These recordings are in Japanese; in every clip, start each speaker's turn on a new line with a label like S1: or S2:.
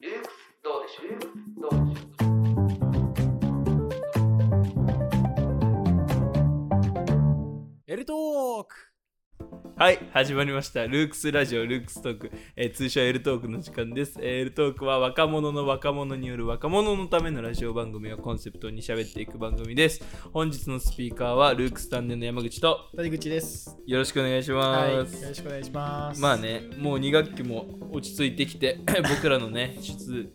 S1: ルークスどうでしょうルークスどうでしょう
S2: エルトーク
S3: はい始まりましたルークスラジオルークストーク、えー通称エルトークの時間です、えーエルトークは若者の若者による若者のためのラジオ番組をコンセプトに喋っていく番組です本日のスピーカーはルークスタンデの山口と
S2: 谷口です。
S3: よろしくお願いし
S2: はい。よ
S3: ま
S2: ろ
S3: す、
S2: しくお願いします。
S3: まあ。ねもう2学期も落ち着いてきて 僕らのね出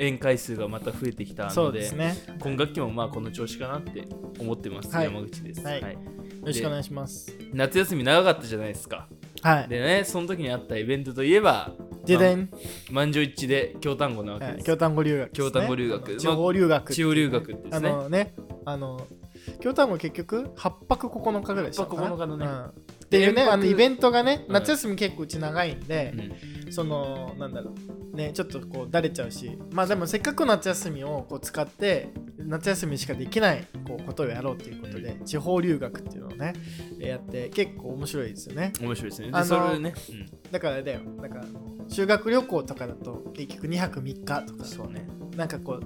S3: 演回数がまた増えてきた
S2: そ
S3: の
S2: う
S3: で
S2: ですね。
S3: 今学期もまあこの調子かなって思ってます、
S2: はい
S3: 山口です、
S2: はいよろしくお願いします。
S3: 夏休み長かったじゃないですか
S2: はい。
S3: でねその時にあったイベントといえば
S2: ででん、
S3: 満場一致で京丹後なわけ
S2: は
S3: で
S2: い
S3: す、
S2: 京丹後留学ですね。
S3: 京丹後留学
S2: あの地方留学。
S3: 地方留学ってですね
S2: あのね、あの、京丹後結局、8泊9日ぐらいでしたのかな。
S3: 八泊九日だ
S2: うんっていうね、
S3: 連泊
S2: あのイベントがね、
S3: うん
S2: 夏休み結構うち長いんで、
S3: うん
S2: その、なんだろう、ね、ちょっとこう、だれちゃうし、まあでもせっかくの夏休みをこう使って、夏休みしかできないこうことをやろうということで、地方留学っていうのをね、やって、結構面白いですよね。
S3: 面白いですねで
S2: あの
S3: それでね、
S2: だからあれだよなんか修学旅行とかだと結局2泊3日と
S3: うん
S2: か
S3: そうね
S2: なんかこう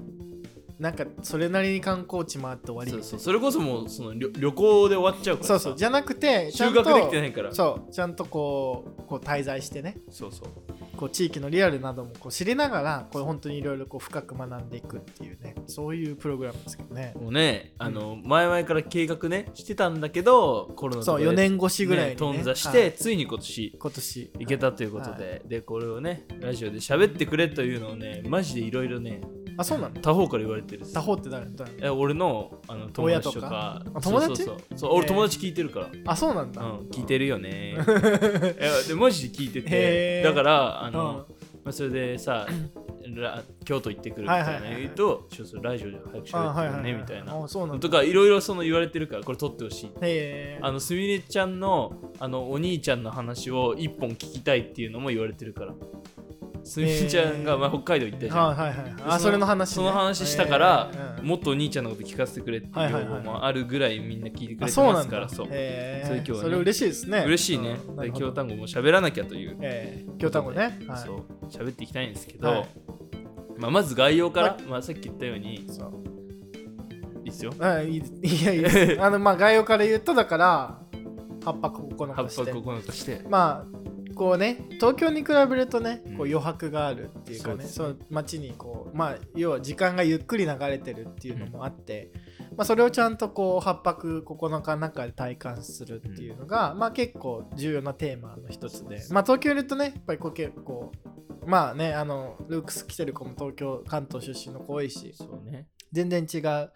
S2: なんかそれなりに観光地回って終わり
S3: そう
S2: みたい
S3: そうそれこそもうその旅旅行で終わっちゃうから
S2: なそう
S3: さ
S2: そうじゃなくてちゃ
S3: 修
S2: んと
S3: 学できてないから
S2: そうちゃんとこうこう滞在してね
S3: そうそう
S2: こう地域のリアルなどもこう知りながらこう本当にいろいろこう深く学んでいくっていうねそういうプログラムですけどね
S3: もうねあの、前々から計画ねしてたんだけどコロナと
S2: そ
S3: か
S2: う
S3: で
S2: 4年越しぐらいに、ね
S3: ね頓挫して、
S2: はい
S3: ついに今年
S2: 今年
S3: 行けたということで、
S2: は
S3: でこれをねラジオで喋ってくれというのをねマジでいろいろね
S2: あそうなの
S3: 他方から言われてるんです
S2: 他方って誰の誰
S3: え俺のあの友
S2: 親
S3: 達
S2: と
S3: と
S2: か
S3: か
S2: あ友
S3: そ
S2: 達
S3: うそうそうそう俺
S2: えー
S3: 友達聞いてるから、
S2: あそうなんだ、
S3: うん、聞いてるよ ねえでマジで聞いて
S2: へ
S3: て
S2: ー
S3: だからあ
S2: う
S3: の、
S2: ん
S3: まあ、それでさラ京都行ってくるみ
S2: は
S3: たい
S2: いはい
S3: な
S2: はい
S3: 言うとちょっとラジオで早く
S2: あはい
S3: 喋っ
S2: は
S3: てく
S2: いは
S3: れ
S2: い
S3: ねみたいな
S2: あそうなんだ
S3: とかいろいろその言われてるからこれ撮ってほしい
S2: へえ
S3: あのすみれちゃんのあのお兄ちゃんの話を一本聞きたいっていうのも言われてるからすみれちゃん
S2: え
S3: が
S2: ー
S3: 前北海道行ったじゃん、
S2: はいはいはい
S3: で
S2: あそれの話ね、
S3: その話したから、
S2: えーうん
S3: もっとお兄ちゃんのこと聞かせてくれっていう要望もあるぐらいみんな聞いてく
S2: あ
S3: れて
S2: そう
S3: ま
S2: な
S3: す
S2: ん
S3: から
S2: だ
S3: そう
S2: えー
S3: そ
S2: そう
S3: いう今日はね
S2: れ嬉しいですね
S3: 嬉しいね
S2: うんな
S3: で
S2: るほ
S3: 京
S2: ど
S3: 丹後も喋らなきゃという
S2: えー京丹後ねはい
S3: そう喋っていきたいんですけど、
S2: はい
S3: まあ、まず概要から
S2: は、
S3: まあ、さっき言ったように
S2: そう
S3: いいっすよ
S2: あいいですいやいいですあのまあ概要から言うとだから八泊九日し
S3: 8
S2: て
S3: 泊9日して
S2: まあこうね東京に比べるとね
S3: うん
S2: こう余白があるっていう
S3: そ
S2: かね、
S3: うですね
S2: その街にこうまあ要は時間がゆっくり流れてるっていうのもあって、まあ、それをちゃんとこう8泊9日の中で体感するっていうのが、まあ結構重要なテーマの一つでまあ東京にいるとねやっぱりこう結構まあねあのルークス来てる子も東京関東出身の子多いし
S3: そうね
S2: 全然違う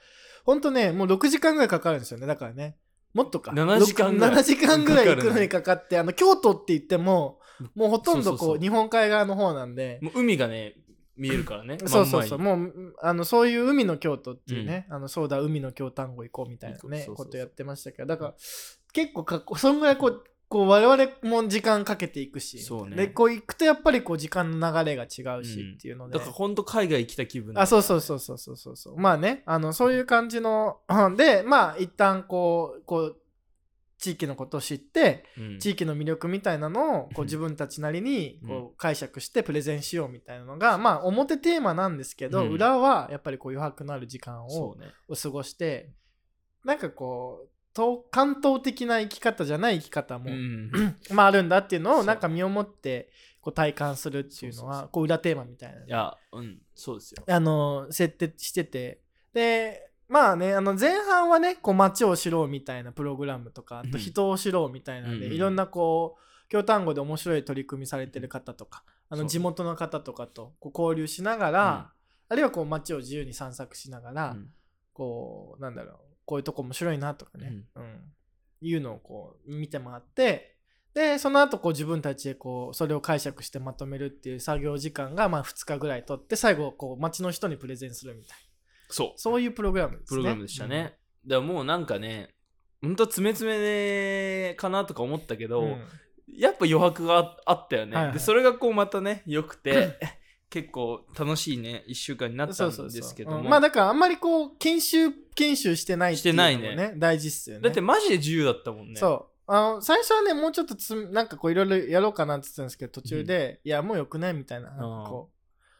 S2: ほんとねもう6時間ぐらいかかるんですよねだからねもっとか
S3: 7時間ぐらい
S2: 7時間ぐらい行くのにかかってあの京都って言ってももうほとんどこう
S3: そうそうそう
S2: 日本海側の方なんで
S3: もう海がね見えるからね
S2: そうそうそう
S3: 真ん
S2: もううんあのそういう海の京都っていうね、あのそうだ海の京丹後行こうみたいな
S3: そうそう
S2: ね
S3: そう
S2: ことやってましたけどだから結構かっこそんぐらいこうこう我々も時間かけていくし
S3: そうね
S2: でこう行くとやっぱりこう時間の流れが違う
S3: うん
S2: しっていうの
S3: 前
S2: で、
S3: だからほんと海外来た気分
S2: あそうそうそうそうそうそうそうまあねあのそういう感じの でまあ一旦こうこう地域のことを知って
S3: うん
S2: 地域の魅力みたいなのをこ
S3: う
S2: うん自分たちなりに
S3: うん
S2: こう解釈してプレゼンしようみたいなのがまあ表テーマなんですけど
S3: うん
S2: 裏はやっぱりこう余白のある時間を
S3: そうね
S2: を過ごしてなんかこうと関東的な生き方じゃない生き方も
S3: うん
S2: まああるんだっていうの
S3: そ
S2: を
S3: う
S2: なんか身をもってこう体感するっていうの
S3: そうそうそ
S2: はこう裏テーマみたいない
S3: やうんそうですよ
S2: あの設定しててでまあねあの前半はねこう街を知ろうみたいなプログラムとかあ
S3: う
S2: と
S3: ん
S2: 人を知ろうみたいなんで、
S3: うんうん
S2: いろんなこう京丹後で面白い取り組みされてる方とかあの
S3: そう
S2: 地元の方とかとこう交流しながら、あるいはこう街を自由に散策しながら、
S3: うん
S2: こうなんだろうこういうとこ面白いなとかね、
S3: うん
S2: うん、いうのをこう見て回ってでその後こう自分たちでこうそれを解釈してまとめるっていう作業時間がまあ2日ぐらい取って最後こう町の人にプレゼンするみたいな
S3: そう
S2: そういうプログラムで
S3: プ
S2: すね。
S3: ログラムでしたね、だからもうなんかねほんと詰め詰めかなとか思ったけ
S2: う
S3: ど、
S2: ん。
S3: やっぱ余白がああったよね、
S2: はいはい
S3: でそれがこうまたねよく て結構楽しいね1週間にな
S2: うん
S3: った
S2: そ
S3: ん
S2: うそうそう
S3: ですけども
S2: うんまあだからあんまりこう研修研修してないっていうのも
S3: して
S2: ね
S3: ない
S2: 大事っすよね。
S3: だってマジで自由だったもんね
S2: そうあの最初はねもうちょっとつなんかこういろいろやろうかなって言ってたんですけど途中で、いやもうよくないみたいななんかこ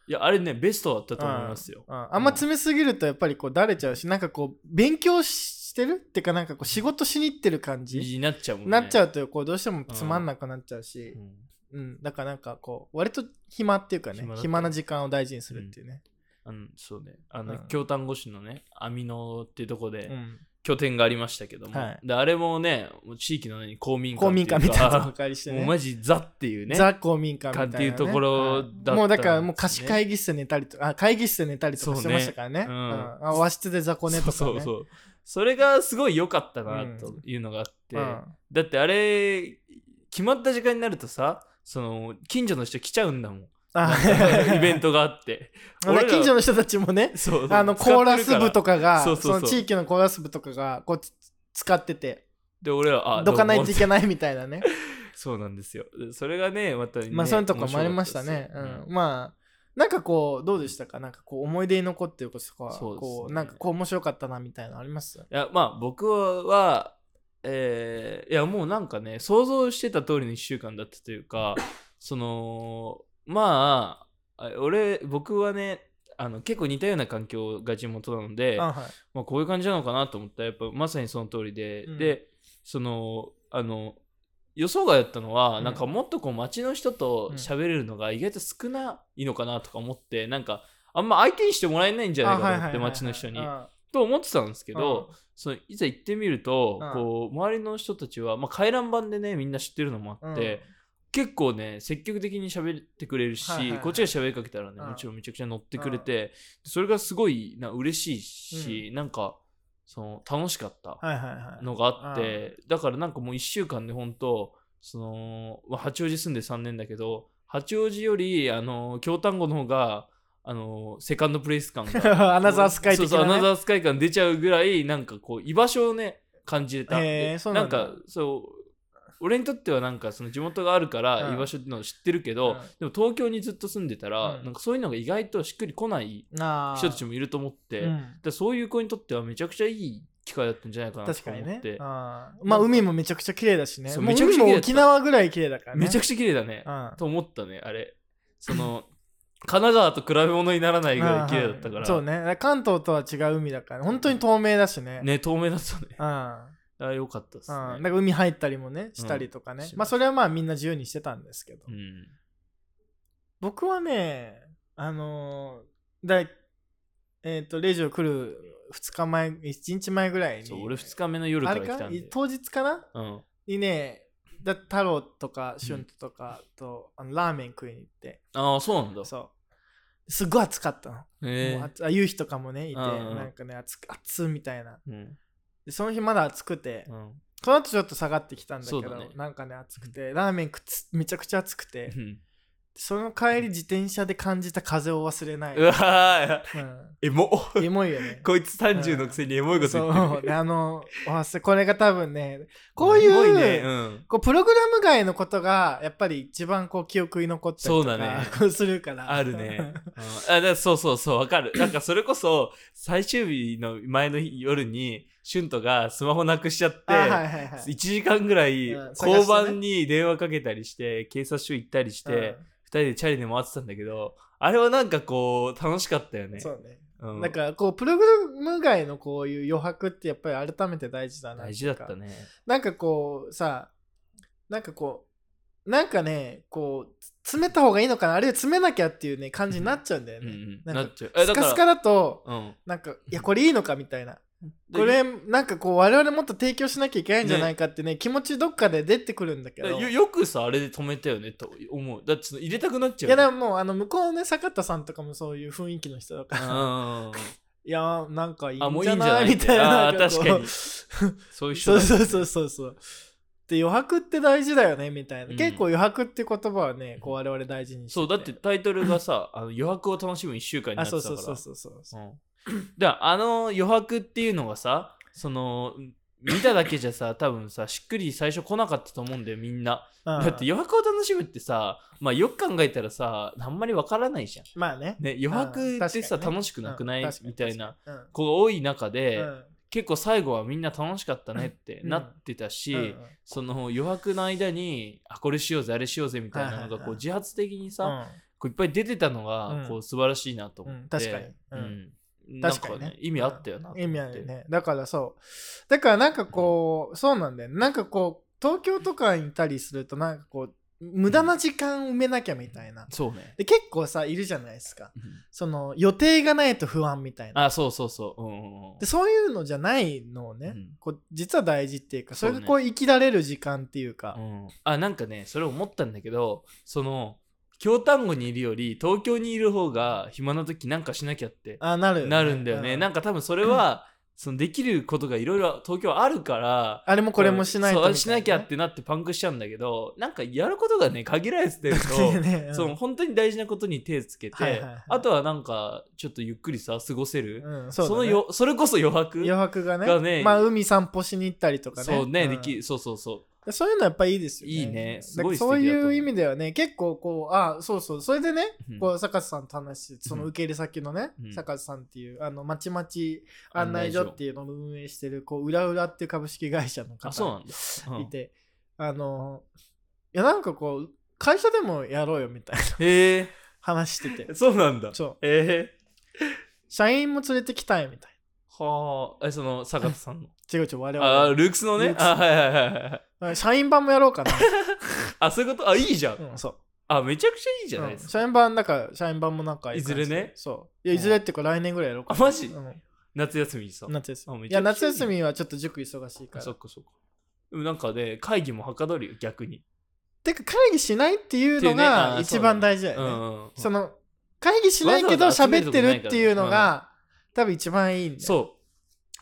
S2: う
S3: いやあれねベストだったと思いますよ、
S2: うんあんま詰めすぎるとやっぱりこうだれちゃうしなんかこう勉強してるっていうかなんかこう仕事しに行ってる感じ、
S3: になっちゃうもんね
S2: なっち
S3: う、
S2: ゃうとこうどうしてもつまんなくなっちゃうし、
S3: ん
S2: うんだからなんかこう割と暇っていうかね
S3: 暇だ
S2: 暇
S3: った
S2: な時間を大事にするっていうね、
S3: あのそうねあの、
S2: うん
S3: 京丹後市のね網野っていうとこで、
S2: うん
S3: 拠点がありましたけども、
S2: はい
S3: であれもねもう地域の、ね、公民館
S2: 公民館みたいなとこ
S3: と
S2: お借りして
S3: もう
S2: ね
S3: マジザっていうね
S2: ザ公民館みたいな、ね、
S3: 館っていうところだったんですね
S2: もうだからもう貸し会議室で寝たりとかあ会議室で寝たりとかしてましたからね
S3: そうねうん
S2: あ和室で雑魚寝とか、ね、
S3: そうそうそうそれがすごい良かったなというのがあって、
S2: うん
S3: だってあれ決まった時間になるとさその近所の人来ちゃうんだもん イベントがあって
S2: あの
S3: 俺ら
S2: 近所の人たちもね
S3: そう
S2: あのコーラス部と
S3: か
S2: か
S3: そ
S2: がそう
S3: そうそう
S2: の地域のコーラス部とかがこうつ使ってて
S3: で俺らあ
S2: どかないといけ
S3: ない
S2: ないみたいなね
S3: そうなんですよでそれがねまたね
S2: まあそういうとこもありました
S3: 面白かっ
S2: ね
S3: たです
S2: うん、まあなんかこうどうでしたかなんかこう思い出に残ってることとか、
S3: そうですね
S2: こうなんかこう面白かったなみたいなのあります
S3: いやまあ僕は、えーいやもうなんかね想像してた通りの1週間だったというか そのまああ俺僕はねあの結構似たような環境が地元なので、
S2: あはい
S3: まあ、こういう感じなのかなと思ったらやっぱまさにその通りで、
S2: うん
S3: でそのあの予想外だったのは、
S2: うん
S3: なんかもっとこう街の人と喋れるのが意外と少ないのかなとか思って、なんかあんま相手にしてもらえないんじゃないかと思って、街の人に、
S2: あ
S3: と思ってたんですけど、
S2: うん
S3: そのいざ行ってみると、
S2: うん
S3: こう周りの人たちは、まあ、回覧板でねみんな知ってるのもあって、
S2: うん
S3: 結構ね積極的に喋ってくれるし、
S2: はいはいはい
S3: こっちが喋りかけたらね、
S2: うん
S3: もちろんめちゃくちゃ乗ってくれて、それがすごいな嬉しいし、なんかその楽しかった
S2: はいはいはい
S3: のがあって、だからなんかもう1週間で本当その、まあ、八王子住んで3年だけど八王子よりあの京丹後の方があのセカンドプレイス感が
S2: アナザースカイ
S3: そう
S2: 的
S3: そう
S2: な、
S3: アナ
S2: ね
S3: ザースカイ感出ちゃうぐらいなんかこう居場所をね感じれた、
S2: へー
S3: で
S2: そうなんだ
S3: かそう俺にとってはなんかその地元があるから
S2: うん
S3: 居場所っていうのを知ってるけど、
S2: うん
S3: でも東京にずっと住んでたら、
S2: うん
S3: なんかそういうのが意外としっくりこない
S2: なあ
S3: 人たちもいると思って、
S2: う
S3: だか
S2: ん
S3: らそういう子にとってはめちゃくちゃいい機会だったんじゃないかな
S2: 確
S3: と
S2: か
S3: 思
S2: に
S3: っ
S2: ね
S3: て、
S2: あーまあ海もめちゃくちゃ綺麗だしね
S3: そう
S2: もう
S3: めちゃくちゃ綺麗だっ
S2: 海も
S3: た
S2: 沖縄ぐらい綺麗だからね
S3: めちゃ
S2: く
S3: く
S2: ち
S3: ちゃ綺麗だね、
S2: ゃ
S3: と思ったねあれその 神奈川と比べ物にならないぐらい綺麗だったから、
S2: そうね関東とは違う海だから本当に透明だしね
S3: ね透明だったね
S2: うん
S3: あれ良かったですね、
S2: うん、なんか海入ったりもねしたりとかね、
S3: します
S2: まあそれはまあみんな自由にしてたんですけど、
S3: うん
S2: 僕はねあのーだいえっ、とレジを来る2日前1日前ぐらいに
S3: そう俺2日目の夜か
S2: あ
S3: ら
S2: れ
S3: 来
S2: か
S3: たんで
S2: 当日かな
S3: うん
S2: にねだ太郎とか俊斗とかと、あのラーメン食いに行って
S3: ああそうなんだ
S2: そうすっごい暑かったの、
S3: へえ
S2: もう暑あ夕日とかもねいて、
S3: うんうん
S2: なんかね暑く暑みたいな
S3: うん
S2: でその日まだ暑くて、
S3: うん
S2: この後ちょっと下がってきたんだけど
S3: そうだね
S2: なんかね暑くてラーメン食っつめちゃくちゃ暑くて
S3: うん、
S2: その帰り自転車で感じた風を忘れないう
S3: わ
S2: う
S3: ーエモ
S2: ん、エモいよ ね
S3: こいつ30のくせにエモいこと言っ
S2: そ
S3: て
S2: う
S3: る
S2: であのわせこれが多分ね こうい
S3: エモ
S2: う
S3: ねうん
S2: こうプログラム外のことがやっぱり一番こう記憶に残ったりと
S3: そうだね
S2: かこうするから
S3: あるねうんあだからそうそうそうわか るなんかそれこそ最終日の前の日夜にシュントがスマホなくしちゃって
S2: あはいはいはい
S3: 1時間ぐらい
S2: うん探してね
S3: 交番に電話かけたりして警察署行ったりして2人でチャリで回ってたんだけどあれはなんかこう楽しかったよ
S2: うん
S3: ね
S2: そうね
S3: うん
S2: だからこうプログラム外のこういう余白ってやっぱり改めて大事だなて
S3: 大
S2: いうか
S3: 事だったね
S2: なんかこうさなんかこうなんかねこうつ詰めた方がいいのかなあるいは詰めなきゃっていうね感じになっちゃうんだよ
S3: うんう
S2: ね、
S3: ん
S2: なんか
S3: なっちゃうえ
S2: ス
S3: だ
S2: カ
S3: から
S2: スカだと
S3: うん
S2: なんかいやこれいいのかみたいな
S3: で
S2: これなんかこう我々もっと提供しなきゃいけないんじゃないかってね気持ちどっかで出てくるんだけ
S3: だ
S2: ど
S3: よ
S2: い
S3: よくさあれで止めたよねと思うだってその入れたくなっちゃう
S2: や
S3: よね
S2: でももうあの向こうのね坂田さんとかもそういう雰囲気の人だから
S3: あ
S2: いやなんかいい
S3: あもう
S2: ん
S3: い
S2: じ
S3: い
S2: ゃ
S3: んじゃな
S2: ない
S3: い
S2: みたいな
S3: あー
S2: なんこう
S3: 確かにそういう人
S2: そう
S3: だ
S2: そうそうそうそう。で余白って大事だよねみたいな、
S3: うん
S2: 結構余白って言葉はねこう我々大事にしてて
S3: そうだってタイトルがさあの余白を楽しむ1週間にな
S2: あ
S3: ってた
S2: そう
S3: から
S2: そうそうそうそうそう
S3: うんだからあの余白っていうのがさその見ただけじゃさ 多分さしっくり最初来なかったと思うんだよみんな
S2: うん
S3: だって余白を楽しむってさまあよく考えたらさあんまりわからないじゃん
S2: まあね
S3: ね余白ってさ
S2: うん確かにね
S3: 楽しくなくない
S2: うん確かに
S3: みたいな
S2: うん
S3: 子が多い中で、
S2: うん
S3: 結構最後はみんな楽しかったねって
S2: うん
S3: なってたし、
S2: うんうん
S3: その余白の間にあこれしようぜあれしようぜみたいなの
S2: はい
S3: が
S2: は
S3: こ
S2: いは
S3: う
S2: い
S3: 自発的にさ、こういっぱい出てたの
S2: う
S3: が
S2: ん
S3: こう素晴らしいなと思って、
S2: うん確かにう
S3: うん
S2: 確かにね
S3: なん意味あったよなと思って
S2: 意味あるよねだからそうだからなんかこうそうなんだよねなんかこう東京とかにいたりするとなんかこう無駄な時間埋めなきゃみたいな、
S3: そうね、
S2: で結構さいるじゃないですか
S3: うん
S2: その予定がないと不安みたいな
S3: あそうそうそううんうんうん
S2: でそういうのじゃないのをね、
S3: うん
S2: こう実は大事っていうか
S3: そ
S2: そ
S3: う
S2: れ
S3: ね
S2: がこう生きられる時間っていうか
S3: うんあなんかねそれ思ったんだけどその京丹後にいるより東京にいる方が暇な時なんかしなきゃって
S2: あなるよね
S3: なるんだよね、
S2: う
S3: なんか多分それ は、そのできることがいろいろ東京あるから
S2: あれもこれもしないと
S3: そう
S2: みたい
S3: しなきゃってなってパンクしちゃうんだけどなんかやることがね限られてると
S2: ね
S3: そう本当に大事なことに手つけて、
S2: はいはいはい
S3: あとはなんかちょっとゆっくりさ過ごせる、
S2: うん
S3: そ
S2: そうだね
S3: のよそれこそ余白
S2: 余白がね
S3: がね
S2: まあ海散歩しに行ったりとかね
S3: そうね、
S2: ん
S3: できそうそうそ
S2: そういうのやっぱいいですよね
S3: いいねす
S2: だか
S3: ご
S2: ら
S3: い素敵だと
S2: そ
S3: 思
S2: う
S3: う
S2: いう意味ではね結構こうあそうそうそれでね
S3: う、うん
S2: こう坂津さんと話してその受け入れ先のね、
S3: うん
S2: 坂津さんっていうあのまちまち案内所っていうのを運営してるこう裏裏っていう株式会社の
S3: あそう
S2: 方
S3: なんだ、うん
S2: いて、あのいやなんかこう会社でもやろうよみたいな
S3: へえ
S2: 話して て
S3: そうなんだ
S2: そう
S3: え
S2: 社員も連れてきたいみたい
S3: ー、はあえその坂田さんの
S2: な違う違う我々
S3: あールークスの
S2: ルー
S3: ね
S2: クス
S3: あはいはいはいはい
S2: 社員版もやろ うかな。
S3: あそういうことあいいじゃん、
S2: うん、そ
S3: あめちゃくちゃいいじ
S2: う。
S3: ゃない
S2: うん
S3: ですか、
S2: 社員版、なんか、社員版もなんか感じで
S3: いずれね
S2: そう。いや、いずれっていうか、来年ぐらいやろうか
S3: あ
S2: な。
S3: マジ
S2: うん
S3: 夏休みにさ
S2: 夏休
S3: あ
S2: み。
S3: め
S2: い
S3: ちゃ
S2: や、
S3: くちゃいい
S2: 夏休みはちょっと塾忙しいか
S3: そ
S2: ら
S3: っ。かそっかでもなんかね会議もはかどるよ逆に
S2: てか、会議しないっていうの
S3: っていうねあ
S2: が
S3: ー
S2: 一番大事だ
S3: うんう
S2: よね。
S3: んうん
S2: その、会議しないけど
S3: わざわざ集める
S2: 喋っ
S3: とこ
S2: て
S3: ないからね
S2: るっていうのが、多分一番いいんだよ。
S3: そ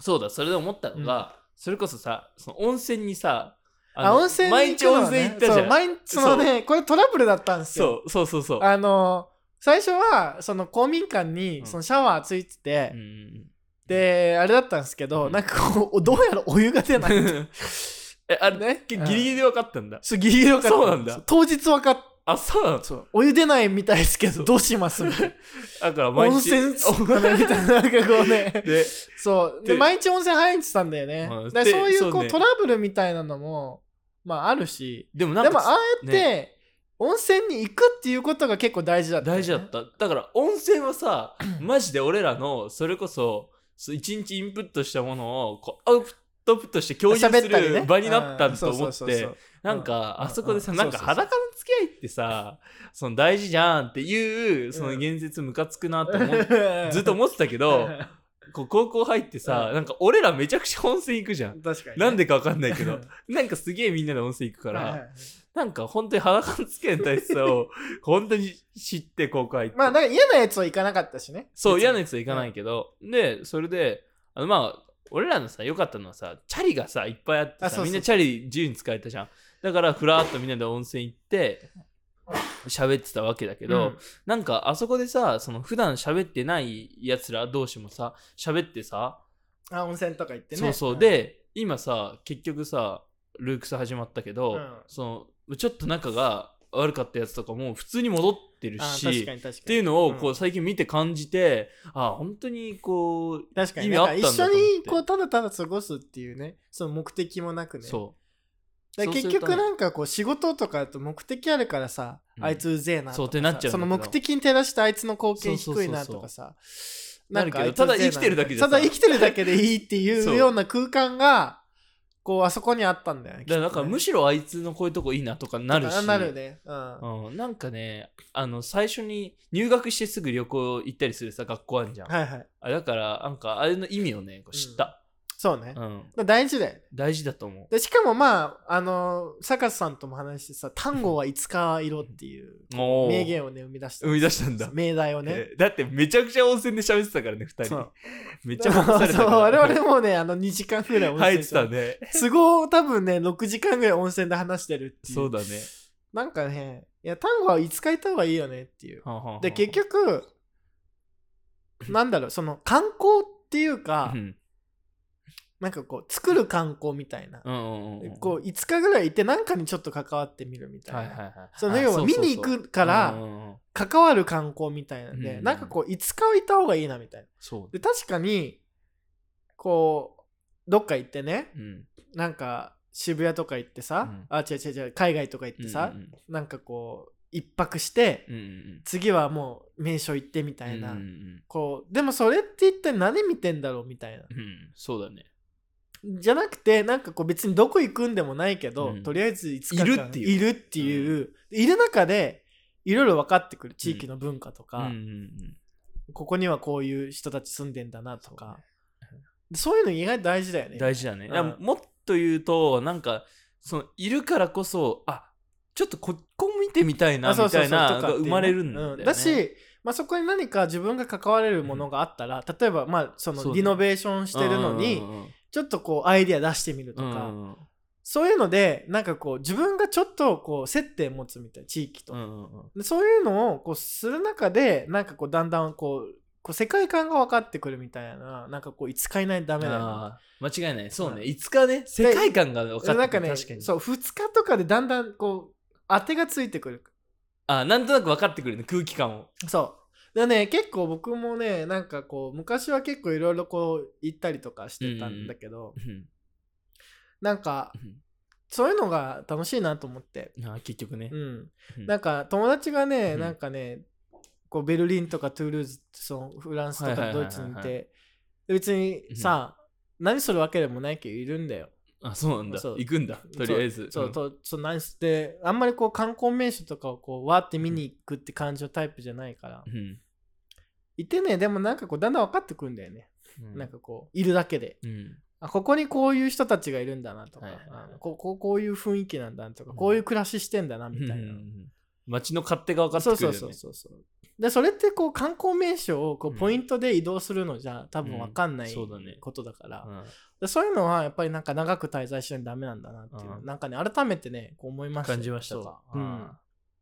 S3: う。そうだ、それで思ったのが、それこそさ、その温泉にさ、あ
S2: あ、
S3: の
S2: 温泉に
S3: 毎
S2: 行く
S3: 日
S2: のは
S3: 温
S2: ね
S3: 泉行ったじゃ。
S2: そうん毎日、そのね、これトラブルだったんですよ。
S3: そうそうそうそう。
S2: あの、最初は、その公民館
S3: う
S2: に、
S3: ん
S2: そのシャワーついてて、
S3: うんうん
S2: で、あれだったんですけど、
S3: うん
S2: なんかこう、どうやらお湯が出
S3: う
S2: ない。
S3: んえ、あれ、
S2: ね
S3: ギリギリで分かったんだ。
S2: そう、ギリギリ分かった。
S3: そうなんだ
S2: 当日分かっ
S3: あ、そうなの
S2: た。そう。お湯出ないみたいですけ
S3: そ
S2: ど、
S3: う
S2: どうしますみたいな。
S3: だから 毎日。
S2: 温泉つくかねみたいな、なんかこうね。
S3: で、
S2: そう。で、
S3: で
S2: 毎日温泉入ってたんだよね。
S3: うん
S2: だから
S3: で
S2: そうい
S3: そうう
S2: こう
S3: ね
S2: トラブルみたいなのも、まああるし。
S3: でもなん
S2: で
S3: か、
S2: も、ああやって、
S3: ね
S2: 温泉に行くっていうことが結構大事だった、
S3: 大事だっ。た。だから、温泉はさ、マジで俺らの、それこそ、そう一日インプットしたものを、こう、アウトプットして共有す
S2: 喋ったりね。
S3: る場になった
S2: うん
S3: と思っ
S2: そうそうそう
S3: て
S2: そう、
S3: なんか、
S2: うん
S3: あそこでさ、
S2: うん
S3: なんか
S2: そうそう
S3: 裸
S2: そう
S3: の付き合いってさ、その大事じゃんっていう、その
S2: うん
S3: 言説ムカつくなと思って、ずっと思ってたけど、こう高校入ってさ
S2: う、ん
S3: なんか俺らめちゃくちゃ温泉行くじゃん。
S2: 確かにね、
S3: なんでかわかんないけど
S2: うん、
S3: なんかすげえみんなで温泉行くか
S2: はい
S3: ら、
S2: はい
S3: なんか本当に裸の付き合いの大切さを、本当に知って高校入って。
S2: まあ、なんか嫌なやつは行かなかったしね。
S3: そう、
S2: 別に
S3: 嫌なやつは行かないけど、で、それで、あの、まあ、俺らのさ、良かったのはさ、チャリがさ、いっぱいあって
S2: あそうそ
S3: さ、
S2: う
S3: みんなチャリ自由に使えたじゃん。だから、ふらっとみんなで温泉行って、喋ってたわけだけど、
S2: うん
S3: なんか、あそこでさ、その、普段喋ってないやつら同士もさ、喋ってさ、
S2: あ、温泉とか行ってね。
S3: そうそう。
S2: ん、
S3: で、今さ、結局さ、ルークス始まったけど、
S2: うん
S3: その、ちょっと仲が悪かったやつとかも、普通に戻ってる
S2: あ
S3: し、
S2: 確かに確かに。っ
S3: っていうのをこ
S2: う
S3: う最近見て感じて、あ本当にこう、
S2: 確かに
S3: 意
S2: ね
S3: 味あったんだ
S2: 一緒
S3: と思っ
S2: に
S3: て
S2: こうただただ過ごすっていうね、その目的もなくね。
S3: そう
S2: だから結
S3: そうす
S2: 局
S3: るとね
S2: なんかこう仕事とかだと目的あるからさ、
S3: うん
S2: あいつうぜえなとかさ
S3: そうってなっちゃうんだけど
S2: その目的に照らしてあいつの貢献低いなとかさ。
S3: なるけどただ生きてるだけじ
S2: ゃ
S3: ゃ
S2: た
S3: さ
S2: だ生きてるだけでいいってい
S3: そう
S2: うような空間が、こうあそこにあったんだよね。
S3: だからなんかむ
S2: 視
S3: しろあいつのこういうとこいいなとかな
S2: な
S3: るし
S2: なるね。うん。は
S3: うん、なんかねあの最初に入学してすぐ旅行行ったりするさ学校あんじゃん、
S2: いはい。
S3: あだからなんかあれの意味をねこう知った、
S2: そうね。だ
S3: う
S2: か
S3: ん
S2: ら大事だよね。
S3: 大事だと思
S2: でしかもまああの坂津さんとも話してさ「単語はいつか色」っていう
S3: うおー
S2: 名言をね生み出した
S3: 生み出したんだ、
S2: 命題をね
S3: えーだってめちゃくちゃ温泉で喋ってたからね2
S2: そ
S3: 人
S2: う
S3: めっち
S2: そ
S3: ゃ
S2: う
S3: 話されたから
S2: 我々もねあの2時間ぐらい温
S3: 入っ
S2: 泉
S3: てたね
S2: 都合多分ね6時間ぐらい温泉で話してるっていう
S3: そうだね
S2: なんかねいや単語はいつかいた方がいいよねっていう
S3: はんはんはん
S2: で結局なんだろうその観光っていうか、
S3: うん
S2: なんかこう作る観光みたいな、
S3: うんうんうんうん
S2: こう5日ぐらいいて何かにちょっと関わってみるみたいな、
S3: はいはいはい
S2: その
S3: あ
S2: 要は
S3: う
S2: 見
S3: うう
S2: に行くから
S3: うんうんうん
S2: 関わる観光みたいなんで、
S3: うん
S2: なんかこう5日はいた方がいいなみたいな
S3: そう
S2: で確かにこうどっか行ってね
S3: うん
S2: なんか渋谷とか行ってさ、
S3: うん
S2: あ違う違う違う海外とか行ってさ、
S3: うんうん
S2: なんかこう一泊して、
S3: うんうん
S2: 次はもう名所行ってみたいな、
S3: うんうん
S2: こうでもそれって一体何見てんだろうみたいな
S3: うんうんそうだね
S2: じゃなくてなんかこう別にどこ行くんでもないけ
S3: う
S2: ど、
S3: ん
S2: とりあえず5日間
S3: いるっていう
S2: いるっていういる中でいろいろ分かってくる地域の文化とか、
S3: うんうんうん
S2: ここにはこういう人たち住んでんだなとかそう,、いうの意外と大事だよね
S3: 大事だね、
S2: うん
S3: いやもっと言うとなんかそのいるからこそあちょっとここ見てみたいな
S2: あ
S3: み
S2: そうそ
S3: た
S2: うそう
S3: いな
S2: と
S3: の
S2: か
S3: が
S2: ってい
S3: 生
S2: うね
S3: まれるんだよ
S2: う
S3: ね
S2: んだし、まあ、そこに何か自分が関われるものがあったら、例えば、まあ、そ
S3: そう
S2: の
S3: ね
S2: リノベーションしてるのに、
S3: うんうん
S2: ちょっとこうアイディア出してみると
S3: うん
S2: か、
S3: うんうん
S2: そういうのでなんかこう自分がちょっとこう接点持つみたいな地域と、
S3: うんうんうん
S2: でそういうのをこうする中でなんかこうだんだんこうこう世界観が分かってくるみたいななんかこういつかいないとダメだよね
S3: あー間違いないそう
S2: うん
S3: ね5日ね世界観が分か
S2: な
S3: って
S2: んか
S3: くる
S2: ね
S3: 確かに
S2: そう2日とかでだんだんこう当てがついてくる
S3: あなんとなく分かってくるね空気感を
S2: そうでね結構僕もねなんかこう昔は結構いろいろこう行ったりとかしてたんだけど、なんかそういうのが楽しいなと思って
S3: あー結局ね
S2: うん
S3: うん
S2: なんか友達がね、
S3: うん
S2: なんかねこうベルリンとかトゥールーズそのフランスと
S3: はいはい
S2: か
S3: はいは
S2: ド
S3: い
S2: イツにいてで別にさ、何するわけでもないけどいるんだよ
S3: あそうなんだ
S2: そう
S3: 行くんだとりあえず
S2: そう,、
S3: ん
S2: とそう何してあんまりこう観光名所とかをこうわーって見に行くって感じのタイプじゃないから、
S3: うん
S2: いてねでもなんかこうだんだん分かってくるんだよね、
S3: うん
S2: なんかこういるだけで
S3: うん
S2: あここにこういう人たちがいるんだなとか、
S3: はいはいはい
S2: あのこここういう雰囲気なんだとか、
S3: うん
S2: こういう暮らししてんだなみたいな、
S3: うんうんうん街の勝手が分かってくるよね
S2: そうそうそうそうそうでそれってこう観光名所をこ
S3: う
S2: うんポイントで移動するのじゃ多分分かんない、
S3: うんそうだね
S2: ことだから、
S3: うん
S2: でそういうのはやっぱりなんか長く滞在しないとダメなんだなっていうの、
S3: うん
S2: なんかね改めてねこう思いました
S3: 感じましたか
S2: そううん
S3: あー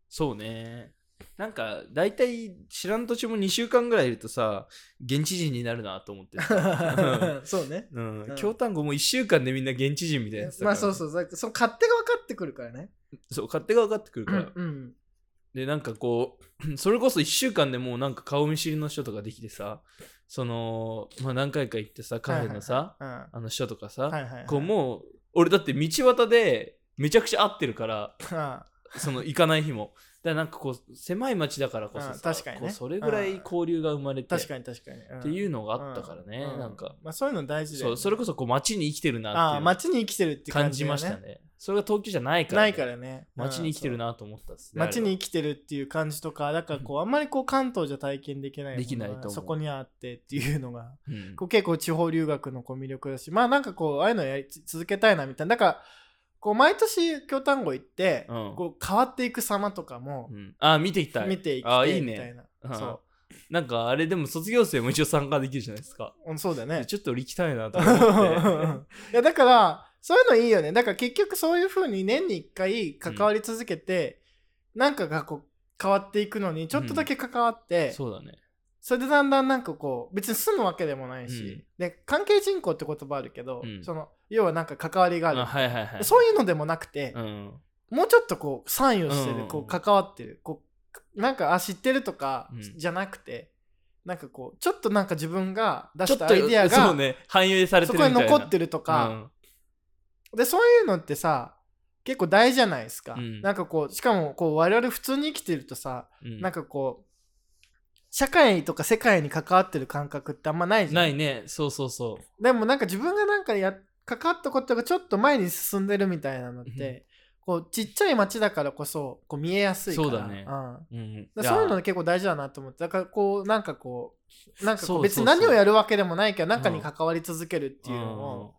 S3: そうねなんか大体知らん土地も2週間ぐらいいるとさ現地人になるなと思ってさ
S2: そうね
S3: うん
S2: うん
S3: 京丹後も1週間でみんな現地人みたいなやつだから
S2: まあそうそうだからその勝手が分かってくるからね
S3: そう勝手が分かってくる
S2: う
S3: から、
S2: ん、うん、
S3: でなんかこう それこそ1週間でもうなんか顔見知りの人とかできてさそのまあ何回か行ってさカフェのさ、
S2: うんは
S3: あの人とかさ、
S2: いはいはい
S3: こうもう俺だって道端でめちゃくちゃ会ってるから
S2: あ
S3: その行かない日 もだからなんかこう狭い町だからこそ
S2: うん
S3: さ
S2: 確かにね
S3: こうそれぐらい交流が生まれて
S2: 確かに確かに、
S3: っていううんのがあったからね、
S2: う
S3: なんか、
S2: まあ、そういうの大事だよ、
S3: そうそれこそこう町に生きてるな
S2: あ
S3: っ
S2: あ
S3: ていう
S2: 街に生きてるって
S3: 感
S2: 感
S3: じ
S2: じ,、ね、
S3: ましたねそれが東京じゃないから、
S2: ないからね
S3: 町に生きてる
S2: な
S3: なと思ったっすね
S2: 街に生きてるっていう感じとかだからこうあんまりこう関東じゃ体験できないものが
S3: できないと思う
S2: そこにあってっていうのが
S3: あれはうん
S2: こう結構地方留学のこう魅力だしまあなんかこうああいうのやり続けたいなみたいなだからこう毎年京丹後行って、
S3: うん
S2: こう変わっていく様とかも
S3: うんあ見ていきたい
S2: 見ていき
S3: あ
S2: た
S3: い
S2: い
S3: い
S2: みたい
S3: ね
S2: な、
S3: うん
S2: そ
S3: なんかあれでも卒業生も一応参加できるじゃないですか
S2: ううんそうだよね
S3: ちょっと俺行きたいなと思って
S2: いやだからそういうのいいよねだから結局そういうふうに年に1回関わり続けて、なんかがこう変わっていくのにちょっとだけ関わって、
S3: そうだね
S2: それでだんだんなんかこう別に住むわけでもないし、で関係人口って言葉あるけど、
S3: うん
S2: その要はなんか関わりがある
S3: あはいはいはい
S2: そういうのでもなくて
S3: う、ん
S2: もうちょっとこう参与して
S3: うんうん
S2: る
S3: うん
S2: こう関わってるこうなんかあ知ってるとか
S3: うん
S2: じゃなくて、なんかこうちょっとなんか自分が出
S3: ちょ
S2: し
S3: っと
S2: たアイディア
S3: そう
S2: が
S3: ね反映されて
S2: そ
S3: る
S2: こに
S3: みたいな
S2: 残ってるとか、でそういうのってさ結構大事じゃないですか、
S3: うん
S2: なんかこうしかもこう我々普通に生きてるとさ、
S3: うん、
S2: なんかこう社会とか世界に関わってる感覚ってあんまないじゃん
S3: ないねそうそうそう
S2: でもなんか自分がなんかや関わったことがちょっと前に進んでるみたいなのって、こうちっちゃい町だからこそこう見えやすいから
S3: そうだね
S2: ん
S3: うん、
S2: だからそういうの
S3: や
S2: ね結構大事だなと思ってだからこうなんかこうなんかこ
S3: そうう
S2: 別に
S3: そうそう
S2: 何をやるわけでもないけど何かに関わり続けるっていうのを、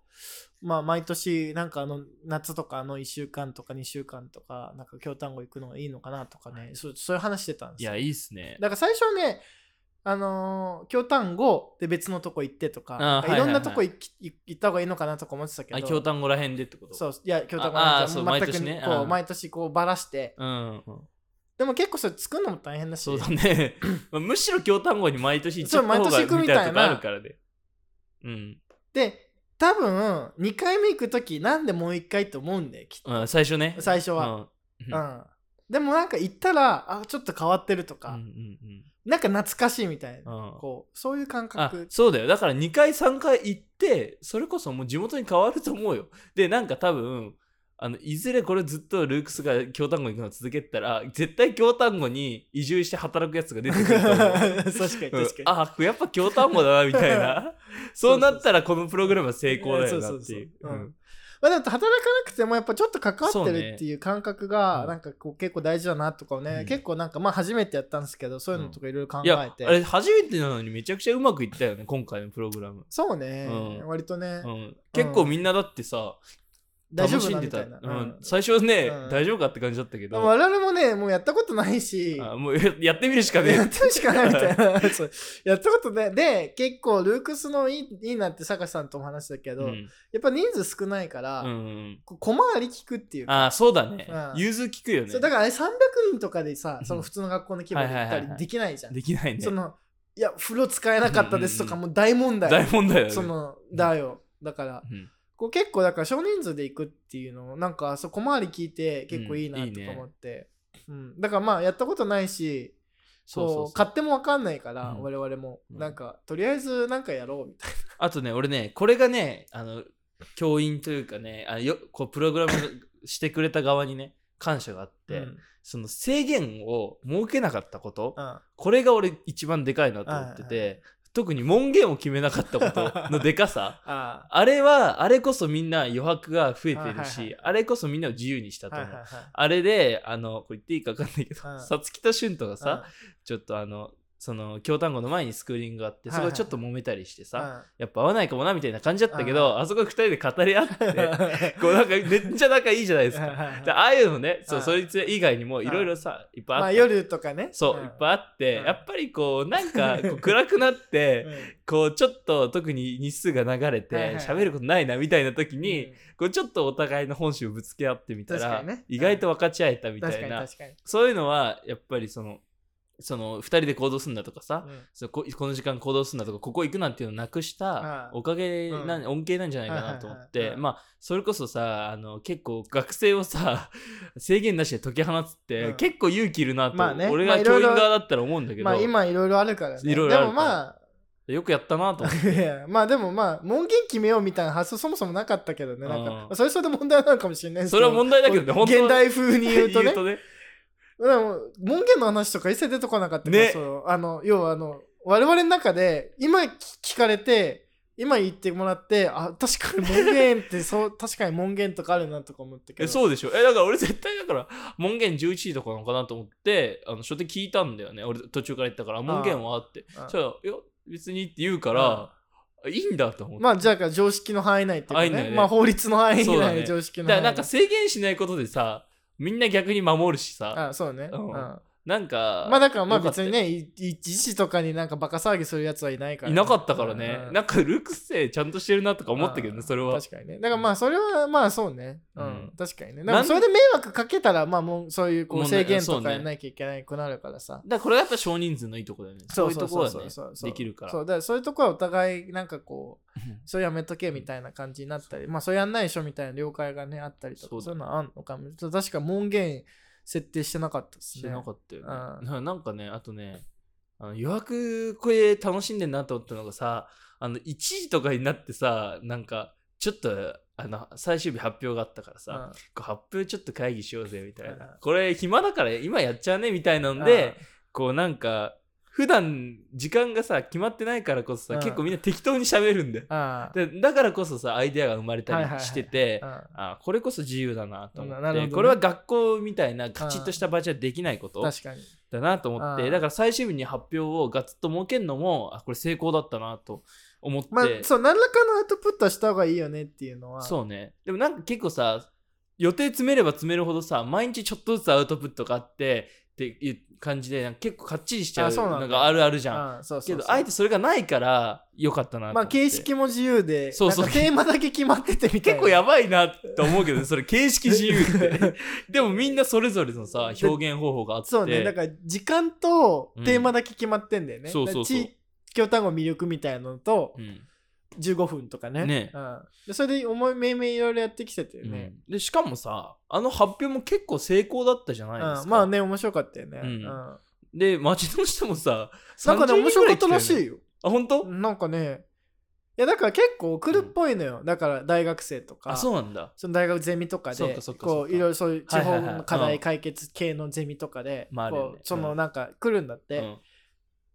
S2: まあ毎年なんかあの夏とかあの1週間とか2週間とかなんか京丹後行くのがいいのかなとかねそうそういう話してたん
S3: い
S2: ですよ
S3: やいいっすね
S2: だから最初はね、あのー京丹後で別のとこ行ってとか、
S3: あーはいは
S2: いろん
S3: いは
S2: ないとこ行き行行った方がいいのかなとか思ってたけど、
S3: あ京丹後らへんでってこと
S2: そう、いや、京丹後
S3: あ
S2: な
S3: あ
S2: ん
S3: ー
S2: て
S3: そう
S2: 全く
S3: 毎年ね
S2: こ
S3: う
S2: う、
S3: ん
S2: 毎年こうばらして、
S3: うんうん、
S2: でも結構それ作るのも大変だし、
S3: そうだ ねまあむしろ京丹後に毎年行っちゃった方
S2: そう毎年行く
S3: が
S2: み
S3: み
S2: たいな
S3: たいなとこあるからねうん、
S2: で、多分2回目行くとき、なんでもう1回って思うんだよ、きっと
S3: うん、最初ね
S2: 最初は。
S3: うん
S2: うんでもなんか行ったら、あ、ちょっと変わってると
S3: うん
S2: か、
S3: うんうん
S2: なんか懐かしいみたいな、
S3: うん
S2: こう、そういう感
S3: あ
S2: 覚。
S3: そうだよだから2回3回行ってそれこそもう地元に変わると思うよでなんか多分あのいずれこれずっとルークスが京丹後行くのを続けてたら絶対京丹後に移住して働くやつが出 てくると思う
S2: 確かに確かに。
S3: うんあやっぱ京丹後だなみたい なそうなったらこのプログラムは成功だよな
S2: そう
S3: っ
S2: そうそ
S3: て
S2: う
S3: いう
S2: うん
S3: うん
S2: まあ、でも働かなくてもやっぱちょっと関わ
S3: そ
S2: っ
S3: う
S2: て
S3: ね
S2: るっていう感覚が
S3: うん
S2: なんかこう結構大事だなとかね、
S3: うん
S2: 結構なんかまあ初めてやったんですけどそういうのとかいろいろ考
S3: いや
S2: え
S3: あ
S2: て、
S3: れ初めてなのにめちゃくちゃうまくいったよね今回のプログラム、
S2: そうね、
S3: うん
S2: 割とね、
S3: うん、結構みんなだってさ、
S2: 大丈
S3: 楽
S2: 夫
S3: し
S2: なんみ
S3: でた
S2: たいな、
S3: う
S2: うん
S3: ん、最初はね、
S2: うん
S3: 大丈夫かって感じだったけど、
S2: 我々もねもうやったことないし
S3: あもうややってみるしかねえ
S2: やってるしかないみたい なそうやったことないで結構ルークスのいいいいなって坂さんとも話したけど、
S3: う
S2: や
S3: ん
S2: っぱ人数少ないから、
S3: うんうん
S2: こう小回り聞くっていうか
S3: ああそうだね
S2: うん
S3: 融通聞くよね
S2: そうだからあれ300人とかでさその普通の学校の規模で行った
S3: はいはいはいは
S2: り
S3: い
S2: できないじゃん
S3: できないね
S2: そのいや風呂使えなかったですとかもう大問題、
S3: 大問題だよね
S2: そのだよだから
S3: うん
S2: こう結構だから少人数で行くっていうのをなんかそう小回り聞いて結構いいな
S3: うんいい
S2: と
S3: ね
S2: か思って、うんだからまあやったことないし
S3: そうそうそ
S2: こ
S3: う
S2: う買っても分かんないから、
S3: うん
S2: 我々も、
S3: うん
S2: なんかとりあえずなんかやろうみたい
S3: あとね、俺ね、これがね、あの、教員というかね、あよこうプログラムしてくれた側にね、感謝があって、
S2: な、うん
S3: その制限を設けなかったこと、
S2: うん
S3: これが俺一番でかいなと思って
S2: はいは、
S3: て、特に門限を決めなかったことのでかさ
S2: あ
S3: あれは、あれこそみんな余白が増えてる
S2: はいはい
S3: し、あれこそみんなを自由にした
S2: あ
S3: と
S2: はい
S3: 思
S2: は
S3: う
S2: い。はい
S3: あれで、あの、これ言っていいか分かんないけど
S2: うん、
S3: さつきとしゅんとが
S2: うん
S3: さ、ちょっとあの、その、京丹後の前にスクリーンがあって、そこでちょっと揉めたりしてさ、やっぱ合わないかもなみたいな感じだったけど、あそこ二人で語り合って、 こうなんかめっちゃ仲いいじゃないですか。で
S2: うん
S3: ああいうのね、そう
S2: うん
S3: そいつ以外にもいろいろさ、いっぱいあ
S2: ま
S3: っ
S2: あ
S3: て、
S2: 夜とかね
S3: そう、
S2: ん
S3: いっぱいあって、
S2: うん
S3: やっぱりこうなんかこう暗くなっ
S2: う
S3: て、
S2: ん
S3: こうちょっと特に日数が流れ
S2: はい
S3: て
S2: はい
S3: 喋ることないなみたいな時に、
S2: うん
S3: こうちょっとお互いの本心をぶつけ合ってみた、
S2: 確からにね
S3: 意外と分かち合えたみた
S2: 確か
S3: い
S2: に
S3: な、
S2: 確かに
S3: そういうのはやっぱりそのその2人で行動するんだとかさ、
S2: うん
S3: そうここの時間行動するんだとかここ行くなんていうのなくした
S2: ああ
S3: おかげな、
S2: うん
S3: 恩恵なんじゃないかなと思っ
S2: はいはい
S3: て
S2: はいうん
S3: まあそれこそさあの結構学生をさ 制限なしで解き放つって、
S2: うん
S3: 結構勇気いるなと、
S2: まあね
S3: 俺
S2: ま
S3: が
S2: あい
S3: 教
S2: ろい
S3: 員
S2: ろ
S3: 側だったら思うんだけど、
S2: まあ今いろいろあるからね
S3: いろいろある
S2: でもまあ
S3: よくやったなと思って
S2: いやまあでもまあ門限決めようみたいな発想そもそもなかったけどねなんか
S3: うん
S2: それそれで問題なのかもしれないです
S3: それは問題だけどね本当は
S2: 現代風に 言うとね
S3: ね
S2: でも門限の話とか一切出てこなかったから、
S3: ね
S2: そうあの要はあの我々の中で今聞聞かれて今言ってもらってあ確かに門限って そう確かに門限とかあるなとか思ったけど
S3: えそうでしょえだから俺絶対だから門限11時とかなのかなと思ってあの書店聞いたんだよね俺途中から言ったから門限はって
S2: ああ
S3: じゃあいや別にって言うから、いいんだと思って。
S2: まあじゃあ常識の範囲内っていうか
S3: 範囲内
S2: ね
S3: ね
S2: まあ法律の範囲
S3: そうだ
S2: 内、
S3: ね
S2: 常識の
S3: だか
S2: 範
S3: らな
S2: 囲
S3: んか制限しないことでさみんな逆に守るしさ
S2: あそうね、
S3: うん
S2: うんま
S3: なんか、
S2: あだからまあ
S3: よかったよ
S2: 別にねい一時とかになんかバカ騒ぎするやつはいないから
S3: い
S2: ね、
S3: なかったからね、
S2: うん
S3: なんかルーク生ちゃんとしてるなとか思ったけど
S2: う
S3: ね
S2: ん
S3: それは
S2: 確かにねだからまあそれはまあそうねうん、
S3: うん
S2: 確かにね
S3: ん
S2: なんかそれで迷惑かけたらまあもうそういうこ
S3: も
S2: う
S3: うね
S2: 制限
S3: そ
S2: と
S3: う
S2: か
S3: ね
S2: やんなきゃいけないくなるからさ
S3: だからこれがやっぱ少人数のいいとこだよねそういうとこはねできるから
S2: そうだからそういうとこはお互いなんかこう
S3: うん
S2: それやめとけみたいな感じになったりまあそれやんないでしょみたいな了解がねあったりと
S3: そう
S2: か
S3: だ
S2: そういうのあんのかもそう確か門限設定してなかったです
S3: して
S2: ね
S3: なかったよね
S2: うん
S3: ななんかねあとねあの余白これ楽しんでんなと思ったのがさあの1時とかになってさなんかちょっとあの最終日発表があったからさ、こう発表ちょっと会議しようぜみたいな、
S2: うん
S3: これ暇だから今やっちゃうねみたいな
S2: うん
S3: ので、こうなんか普段時間がさ決まってないからこそさ、
S2: うん
S3: 結構みんな適当に喋るんだよ、
S2: ああ
S3: でだからこそさアイデアが生まれたりしてて、
S2: あ
S3: あこれこそ自由だなと思っ
S2: う
S3: て、
S2: んなるほどね
S3: これは学校みたいなカチッとした場じゃできないこ
S2: あ
S3: と
S2: 確かに
S3: だなと思って、
S2: うん
S3: だから最終日に発表をガツッと設けるのもあこれ成功だったなと思って、
S2: まあそう何らかのアウトプットはした方がいいよねっていうのは
S3: そうねでもなんか結構さ予定詰めれば詰めるほどさ毎日ちょっとずつアウトプットがあってっていう感じでなんか結構かっちりしちゃう
S2: あそうなん
S3: の
S2: だ
S3: があるあるじゃん
S2: ああそうそう
S3: け
S2: そう
S3: どあえてそれがないからよかったなと思
S2: まあ
S3: って
S2: 形式も自由で、
S3: そうそう
S2: なんかテーマだけ決まっててみたい
S3: 結
S2: な。
S3: 構やばいなと思うけどねそれ形式自由って でもみんなそれぞれのさ
S2: で
S3: 表現方法があって
S2: そうね、だから時間とテーマだけ決まってんだよね。
S3: うんそうそうそう
S2: だから地京単語魅力みたいなのと
S3: うん
S2: 15分とかね。
S3: ね
S2: うん、でそれで思いめいめいろいろやってきてたよね。
S3: うんでしかもさあの発表も結構成功だったじゃ
S2: う
S3: ない
S2: ん
S3: ですか、
S2: まあね、面白かったよね。
S3: うん
S2: うん
S3: で町の人もさ
S2: なんかね、
S3: 30人ぐ
S2: 面白
S3: ら
S2: か
S3: い
S2: っ
S3: 来た
S2: た
S3: よね
S2: らしいよ。
S3: あ本当
S2: なんかね、やだから結構送るっぽいのよだから大学生とか
S3: あそうなんだ
S2: その大学ゼミとか
S3: そっ
S2: で
S3: かそっかそ
S2: こ
S3: っ
S2: う
S3: か
S2: いろいろそういう地
S3: は
S2: 方
S3: いはいは
S2: の
S3: い
S2: 課
S3: うん
S2: 題解決系のゼミとかで、
S3: まああるよね
S2: こうそうの
S3: ん
S2: なんか来るんだって、
S3: うん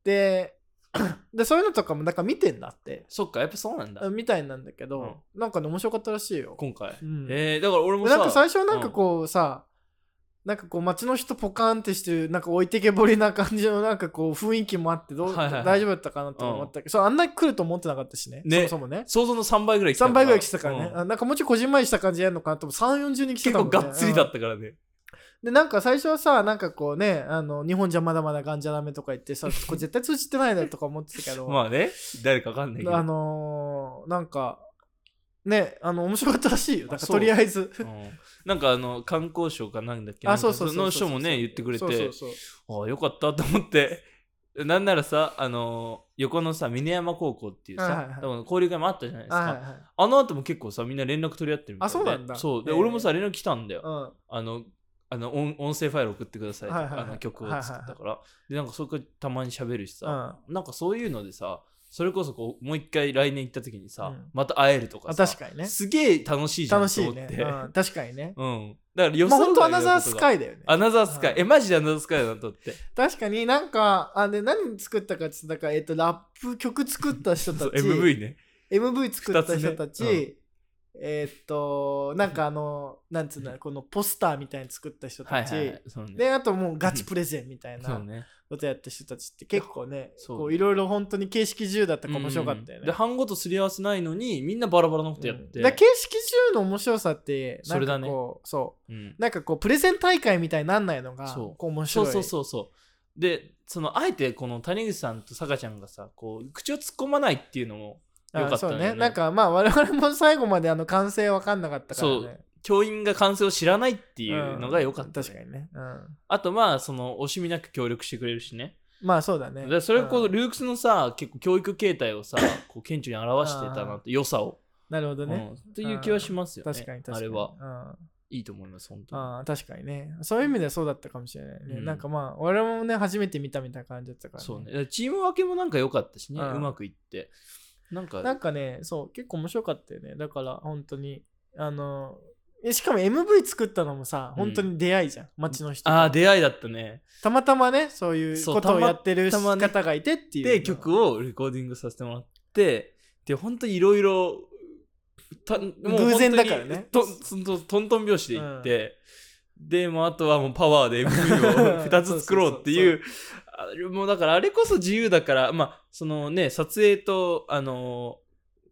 S2: で でそういうのとかもなんか見てんだって
S3: そっかやっぱそうなんだ
S2: みたいなんだけど、なんかね面白かったらしいよ
S3: 今回、
S2: うん
S3: えーだから俺も
S2: な
S3: さ
S2: んか最初はなんかこうさ、なんかこう街の人ポカーンってしてるなんか置いてけぼりな感じのなんかこう雰囲気もあってどう、
S3: はいはいはい
S2: 大丈夫だったかなと思ったけど、そうあんなに来ると思ってなかったしね
S3: ね
S2: そもそもね
S3: 想像の3倍ぐらい来た
S2: 3
S3: から
S2: 倍ぐらい来てたからね、
S3: うん
S2: あなんかもうちょいこじんまりした感じやるのかなと思3 4 0人来て
S3: 結
S2: たも
S3: 構
S2: ん、ね、
S3: がっつりだ
S2: うん
S3: ったからね、
S2: でなんか最初はさなんかこうねあの日本じゃまだまだガンジャダメとか言ってさこれ絶対通じてないだろとか思ってたけ ど、
S3: まあね誰かわかんないけど
S2: あのーなんかねあの面白かったらしいよなん
S3: あ
S2: か
S3: そう
S2: とりあえず
S3: うんなんかあの観光省かなんだっけ
S2: あそうそうそう
S3: なん
S2: そ
S3: かその
S2: う
S3: 人もね言ってくれて
S2: そうそうそう
S3: ああよかったと思って なんならさあの横のさ峰山高校っていうさ、
S2: はいはいはい
S3: 多分交流会もあったじゃないですか、
S2: あはいはい
S3: あの後も結構さみんな連絡取り合ってるみたいで
S2: あそうなんだ
S3: そうで、
S2: へえ
S3: 俺もさ連絡来たんだよ、
S2: うん
S3: あのあの音音声ファイル送ってくださいとか、
S2: はいはいはい
S3: あの曲を作ったから、でなんかそこたまに喋るしさ、なんかそういうのでさそれこそこうもう一回来年行った時にさ、
S2: うん
S3: また会えるとか
S2: あ
S3: さ
S2: 確かにね
S3: すげえ楽しいじゃん
S2: 楽
S3: と
S2: し
S3: 思
S2: い
S3: って、
S2: ね、うん、確かにね
S3: うん、だから予
S2: まあ
S3: 想
S2: 本当アナザース
S3: イ
S2: カイだよね
S3: アナザースカイ、
S2: うん
S3: えマジでアナザースカイだなとって
S2: 確かになんかあで何作ったかって言ったから、えっとラップ曲作った人た
S3: そう
S2: ち
S3: MV ね
S2: MV 作った人た
S3: 二つ
S2: ち、
S3: ね
S2: えーっとなんかあのなんつうんだこのポスターみたいに作った人
S3: はい
S2: たち、
S3: はい、はい、そうね
S2: であともうガチプレゼンみたい
S3: そう
S2: な
S3: ね
S2: ことやった人たちって結構ね
S3: そう
S2: こういろいろ本当に形式自由だったから面白かったよ
S3: うん
S2: ね、
S3: で班ごとすり合わせないのにみんなバラバラのことやって、
S2: うんだから形式自由の面白さってな
S3: そ
S2: んかこう
S3: れだね
S2: そう
S3: うん
S2: なんかこうプレゼン大会みたいになんないのが
S3: そう
S2: こう面
S3: そ
S2: 白
S3: う
S2: い
S3: そうそうそうでそのあえてこの谷口さんと坂ちゃんがさこう口を突っ込まないっていうのも
S2: あ
S3: よかったよね
S2: そうねなんかまあ我々も最後まであの完成わかんなかったからね
S3: そう教員が完成を知らないって
S2: て
S3: いうのが良かった、
S2: 確かにね、うん、
S3: あとまあその惜しみなく協力してくれるしね
S2: まあそうだね
S3: でそれをこう、
S2: うん
S3: ルークスのさ結構教育形態をさこう顕著に表してたなって良さを、
S2: なるほ
S3: う
S2: ど
S3: ん
S2: ね、
S3: という気はしますよね
S2: 確かに確かに
S3: あれは
S2: うん
S3: いいと思います本当に
S2: ああ確かにねそういう意味ではそうだったかもしれないね、
S3: うん
S2: なんかまあ俺もね初めて見たみたいな感じだったから、
S3: そうねだからチーム分けもなんか良かったしね、う
S2: うん
S3: まくいってなんか
S2: なんかねそう結構面白かったよねだから本当にあのえしかも MV 作ったのもさ
S3: うん
S2: 本当に出会いじゃん、街の人と
S3: ああ出会いだったね
S2: たまたまねそういう
S3: そう
S2: ことを
S3: たま
S2: やってる
S3: たまね
S2: 方がいてっていうの
S3: で曲をレコーディングさせてもらってで本当にいろいろたもう本当に
S2: 偶然だからね
S3: とととトントン拍子で行って、でもうあとはもうパワーで MV を2つ作ろうっていうあれもうだからあれこそ自由だからまあそのね撮影とあの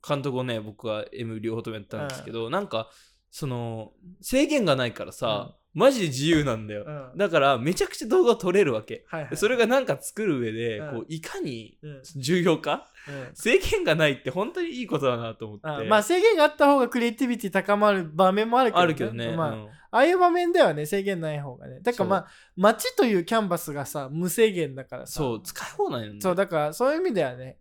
S3: 監督をね僕は M 両方ともやったんですけど、なんかその制限がないからさ、マジで自由なんだよ、
S2: うん
S3: だからめちゃくちゃ動画撮れるわけ、
S2: はいはい
S3: それがなんか作る上で、
S2: う
S3: こ
S2: ん
S3: ういかに
S2: うんうん
S3: 重要か制限がないって本当にいいことだなと思って
S2: あまあ制限があった方がクリエイティビティ高まる場面もあるけど、ね、
S3: あるけどね、
S2: まあ
S3: うん
S2: ああいう場面ではね制限ない方がねだからまあ街というキャンバスがさ無制限だからさ
S3: そう使い放題なんだよね
S2: そうだからそういう意味ではね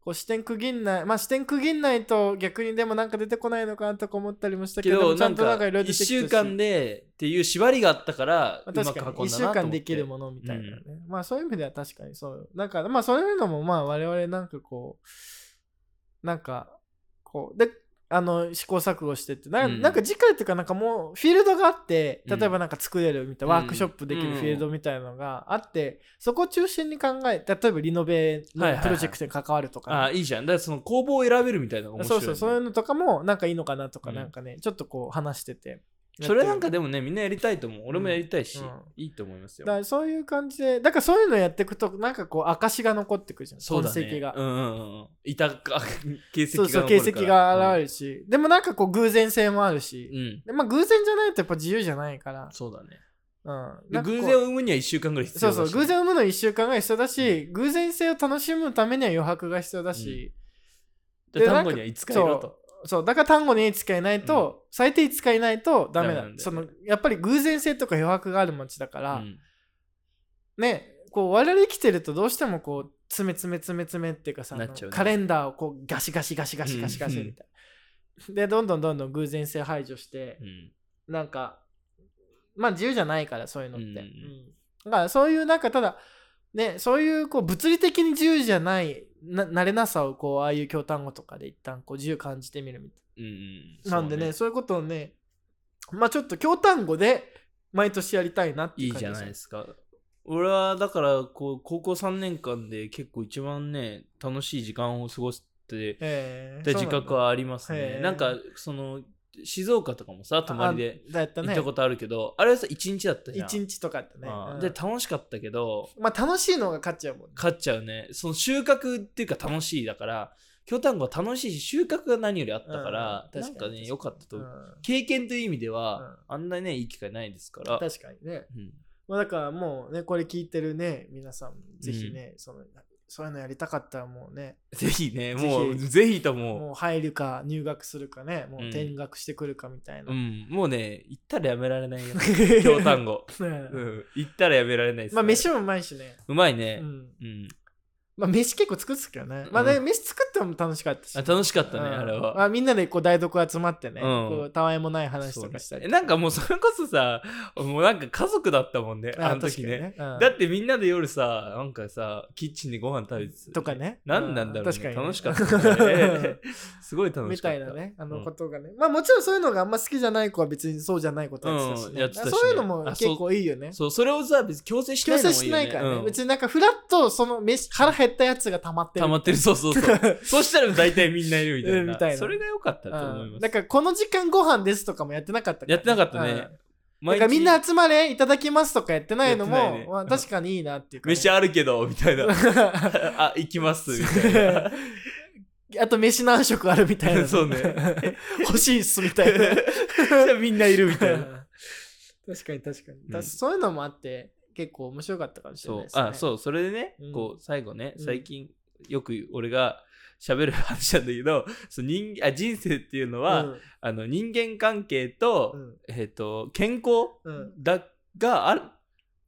S2: こう視点区切んないまあ視点区切んないと逆にでもなんか出てこないのかなとか思ったりもしたけ
S3: け
S2: どで
S3: ど
S2: もち
S3: な
S2: ゃ
S3: ん
S2: んとな
S3: か
S2: んかいろいろ
S3: 1
S2: 出てきたし
S3: 週間でっていう縛りがあったから
S2: ま
S3: う
S2: あ
S3: まく運ん
S2: 確
S3: だ
S2: か
S3: な
S2: に
S3: と思っ
S2: 1
S3: て
S2: 週間できるものみたいなね、まあそういう意味では確かにそうなんかまあそういうのもまあ我々なんかこうなんかこうであの試行錯誤してってな,、
S3: うん
S2: ん、なんか次回っていうかなんかもうフィールドがあって
S3: う
S2: 例
S3: ん
S2: えばなんか作れるみたいな、ワークショップできるフィールドみたいなのがあって、そこを中心に考え例えばリノベ
S3: はいはいは
S2: の
S3: い
S2: プロジェクトに関わるとかね、
S3: あいいじゃんだからその工房を選べるみたいなのが面白
S2: そ
S3: いうね、
S2: そうそういうのとかもなんかいいのかなとか、
S3: うん
S2: なんかねちょっとこう話してて
S3: それなんか
S2: で
S3: でもねみんなやりたいと思う俺もやりたいし、
S2: うん
S3: いいと思いますよ
S2: だからそういう感じでだからそういうのやっていくとなんかこう証が残ってくるじゃん、
S3: そうだね
S2: 痕跡が、
S3: うんうんうんうんいたか形跡
S2: そ
S3: が
S2: うそう
S3: 残
S2: 形
S3: るから
S2: 跡が現れるし、でもなんかこう偶然性もあるし、
S3: うん、うん
S2: でまあ、偶然じゃないとやっぱ自由じゃないから、
S3: そうだね
S2: うん、
S3: で
S2: なんかこう
S3: 偶然を生むには1週間ぐらい必
S2: そ
S3: 要
S2: う
S3: だし
S2: そう偶然を生むの1週間が必要だし、偶然性を楽しむためには余白が必要だし、
S3: で
S2: で
S3: 単語には5日いろと
S2: そうだから単語に5日いないと、最低5日いないとダメだ
S3: ダメなんだよね
S2: そのやっぱり偶然性とか余白がある街だから、
S3: うん
S2: ねこう我々生きてるとどうしてもこう詰め詰め詰め詰めっていうかさ、
S3: なっちゃうね
S2: カレンダーをこうガシガシガシガシガシガシみたいな、でどんどんどんどん偶然性排除して
S3: う、ん
S2: なんかまあ自由じゃないからそういうのって、
S3: うんうん
S2: うんだからそういうなんかただねそういうこう物理的に自由じゃないな慣れなさをこうああいう京単語とかで一旦こう自由感じてみるみた
S3: う
S2: い
S3: んうん
S2: ななんでねそういうことをねまあちょっと京単語で毎年やりたいなって
S3: いう
S2: い
S3: い
S2: 感
S3: じ
S2: じ
S3: ゃ
S2: です
S3: ないですか俺はだからこう高校3年間で結構一番ね楽しい時間を過ごして
S2: ええ
S3: た自覚はあります
S2: へ
S3: ね
S2: え
S3: なんかその静岡とかもさ泊まりで
S2: あだった
S3: 行っ
S2: ね
S3: たことあるけどあれはさ1日だったじゃん
S2: 一日とかってね、
S3: ああ
S2: うん
S3: で楽しかったけど
S2: まあ楽しいのが勝っちゃうもんね
S3: 勝っちゃうねその収穫っていうか楽しいだから京丹後は楽しいし収穫が何よりあったから、
S2: うん
S3: なんかね良かったと、
S2: う
S3: 思うん経験という意味では、あんなねいい機会ないですから、
S2: 確かにね、
S3: うん
S2: まあ、だからもうねこれ聞いてるね皆さんぜひね、そのそういうのやりたかったらもうね
S3: ぜひねもう
S2: ぜひ
S3: ぜひとも
S2: もう入るか入学するかねもう
S3: うん、
S2: 転学してくるかみたいう な、
S3: うん、もうね行ったらやめられ ないよ京
S2: 京
S3: 丹後、う
S2: ね
S3: ん、行ったらやめられないですね、
S2: まあ飯もうまいしね、
S3: うまいうね、
S2: ん、
S3: うん
S2: まあ飯結構作ってたけどねまあね、
S3: う
S2: 飯作っても楽しかったし
S3: あ楽しかったね、
S2: うん
S3: あれ
S2: ま
S3: は
S2: あ、みんなでこう台所集まってね、
S3: うん
S2: こうたわいもない話
S3: そう
S2: と
S3: ね
S2: かしたり
S3: えなんかもうそれこそさもうなんか家族だったもんねあの時ね
S2: 確かにねうん
S3: だってみんなで夜さなんかさキッチンでご飯食べてた
S2: とかね
S3: 何なんだろう、ね
S2: 確かにね
S3: 楽しか った、ね、 すごい楽
S2: み
S3: しかった
S2: たいなね、あ
S3: う
S2: の
S3: ん
S2: ことがね。まあもちろんそういうのがあんま好きじゃない子は別にそうじゃないことやってたし
S3: うん
S2: ね。
S3: やってたしね
S2: そういうのも
S3: あ
S2: 結
S3: そう
S2: 構いいよね。
S3: そうそれをさ別に強制しな
S2: 強
S3: いのも
S2: 制
S3: い
S2: し
S3: いよ
S2: な
S3: ね
S2: いからね。
S3: うん
S2: 別になんかフラッとその飯腹減ったやつが溜まってる。
S3: 溜まってるそう そうそうそしたら大体みんないるみたいな,、
S2: うんみたいな
S3: それが良かったと思いま
S2: うん
S3: す、
S2: だからこの時間ご飯ですとかもやってなかったら
S3: やってなかったね
S2: うんだ
S3: 毎
S2: から
S3: 日
S2: みんな集まれいただきますとかやってないのも
S3: やってないね
S2: まあ確かにいいなっていうか、ね。
S3: 飯あるけどみたいな あ行きますみたいな
S2: あと飯何食あるみた いな の。
S3: そうね
S2: 欲しいっすみたいな。
S3: じゃあみんないるみたいな
S2: 確かに確かに、
S3: うん
S2: だそういうのもあって結構面白かったかもしれな
S3: そう
S2: いですね
S3: あそうそれでね、
S2: うん
S3: こう最後ね
S2: うん
S3: 最近よく俺が喋る話なんだけど、 その人あ人生っていうのは、
S2: うん
S3: あの人間関係と,、
S2: うん
S3: えっと健康
S2: うん
S3: だがある、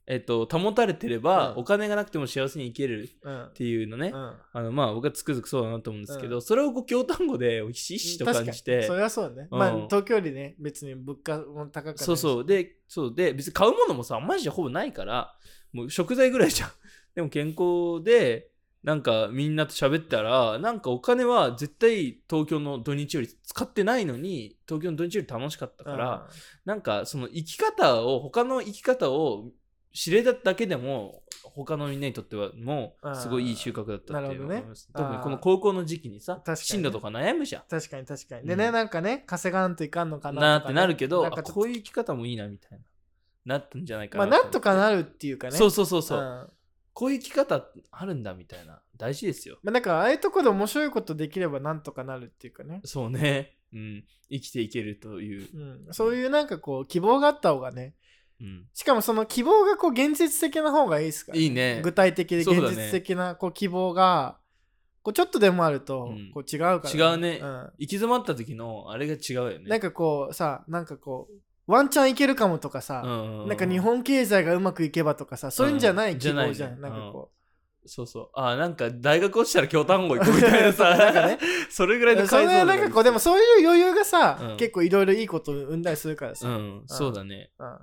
S3: えっと保たれてれば、
S2: うん
S3: お金がなくても幸せに生きれる
S2: うん
S3: っていうのね、
S2: うん
S3: あのまあ僕はつくづくそうだなと思うんですけど、
S2: う
S3: それをこう京単語でひしひしと感じ
S2: 確かに
S3: て
S2: それはそうだね、
S3: うん
S2: まあ東京よりね別に物価も高くないし
S3: そうそうでそうで別に買うものもさマジでほぼないからもう食材ぐらいじゃん でも健康でなんかみんなと喋ったらなんかお金は絶対東京の土日より使ってないのに東京の土日より楽しかった
S2: う
S3: か
S2: ん
S3: ら、なんかその生き方を他の生き方を知れただけでも他のみんなにとってはも
S2: あー
S3: うすごいいい収穫だったっていうのを
S2: なるほどね
S3: 思います、特に
S2: あー
S3: この高校の時期にさ
S2: 確かにね
S3: 進路とか悩むじゃん
S2: 確かに確かに
S3: うん
S2: でね、なんかね稼がんといかんのか
S3: な
S2: な
S3: ー
S2: と
S3: っ
S2: か
S3: て
S2: ね、
S3: なるけど
S2: なんか
S3: あ
S2: ちょっ
S3: こういう生き方もいいなみたいななったんじゃないか
S2: とま
S3: な
S2: あなんとかなるっていうかね
S3: そう
S2: そ
S3: そうそうそう、
S2: ん
S3: こういう生き方あるんだみたいな大事ですよ
S2: まあ、だからああいうところで面白いことできればなんとかなるっていうかね、
S3: そうねうん生きていけるという、
S2: うん、そういうなんかこう希望があった方がね
S3: うん、
S2: しかもその希望がこう現実的な方がいいですから、
S3: いいね
S2: 具体的で
S3: そうだ
S2: 現
S3: ね
S2: 実的なこう希望がこうちょっとでもある
S3: う
S2: と
S3: ん
S2: こう違うから、
S3: 違うね
S2: ん
S3: 行き詰まった時のあれが違うよね
S2: なんかこうさなんかこうワンチャンいけるかもとかさ、
S3: うん
S2: なんか日本経済がうまくいけばとかさそういうんじゃな
S3: うん
S2: い希望じゃ
S3: じゃ
S2: ん、な
S3: ない
S2: ん
S3: ね
S2: かこ
S3: そうそうあーなんか大学落ちたら京丹後行く みたいなさ
S2: なんかね
S3: それぐら
S2: う、
S3: いの
S2: それ
S3: 度
S2: なんかこうでもそういう余裕がさ、
S3: うん
S2: 結構いろいろいいことを生んだりするからさ、
S3: う
S2: うん
S3: んそうだね、うん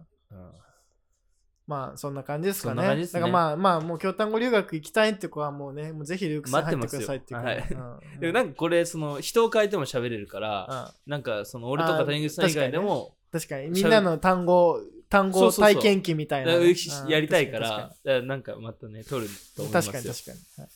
S2: まあそんな感じですか
S3: そんな感じ
S2: ね
S3: ですね
S2: だからまあまあもう京丹後留学行きたいって子はもうねもうぜひルークス入ってくださいっていうか
S3: 待って
S2: うん
S3: でもなんかこれその人を変えても喋れるから、
S2: うん
S3: なんかその俺とか谷口さん以外でも、
S2: 確かにみんなの単語単
S3: そ
S2: 語
S3: うそうそう
S2: 体験記みたいな
S3: だ
S2: ね、
S3: からやりたいから
S2: うん
S3: だからなんかまたね撮ると思いますよ
S2: 確かに確かに確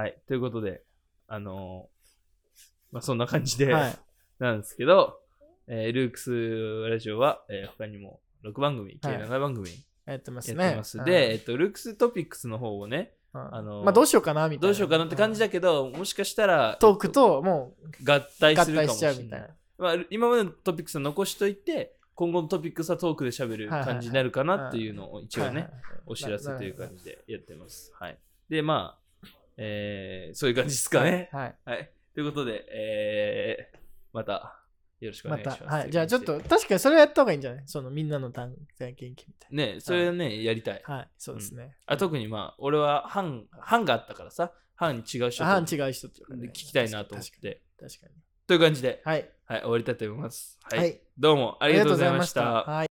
S3: はいということであのーまあそんな感じで、
S2: かにはい、はい
S3: なんですけど、えールークスラジオは、えー他にも6番組計7番組
S2: やってます
S3: やっ
S2: ね
S3: てます、で、えっと、ルークストピックスの方をね
S2: うん
S3: あの
S2: まあどうしようかなみたいな
S3: どうしようかなって感じだけど、もしかしたら
S2: トークともう
S3: 合体
S2: 合
S3: するか
S2: 体
S3: も
S2: し
S3: し
S2: ちゃ
S3: れ
S2: うみ
S3: な
S2: たい
S3: い
S2: な。
S3: まあ、今までのトピックスは残しといて、今後のトピックスはトークで喋る感じになるかなっていうのを一応
S2: はいはい
S3: ね
S2: は、い
S3: お知らせという
S2: な
S3: 感じでやってます。はい。で、まあ、えーそういう感じですかね。
S2: はい
S3: はい。ということで、えーまたよろしくお
S2: ま
S3: 願いしたます。
S2: はいじゃあちょっ
S3: という
S2: と
S3: 感
S2: 確かにそれをやった方がいいんじゃないそのみんなの単体験記みたい
S3: じで。ね、それはね、やりたい。
S2: なはいそうですね、
S3: あ特にまあ、俺は班、班があったからさ、班違う人
S2: あ半
S3: と
S2: 違う人っていうかね
S3: 聞きたいなと思って。
S2: 確かに確かに
S3: という感じで、
S2: はい
S3: はい、終わりたいと思います。はい。
S2: はい
S3: どうもあ
S2: あ
S3: りがとうございまし
S2: りがとうござい
S3: た
S2: ま。はい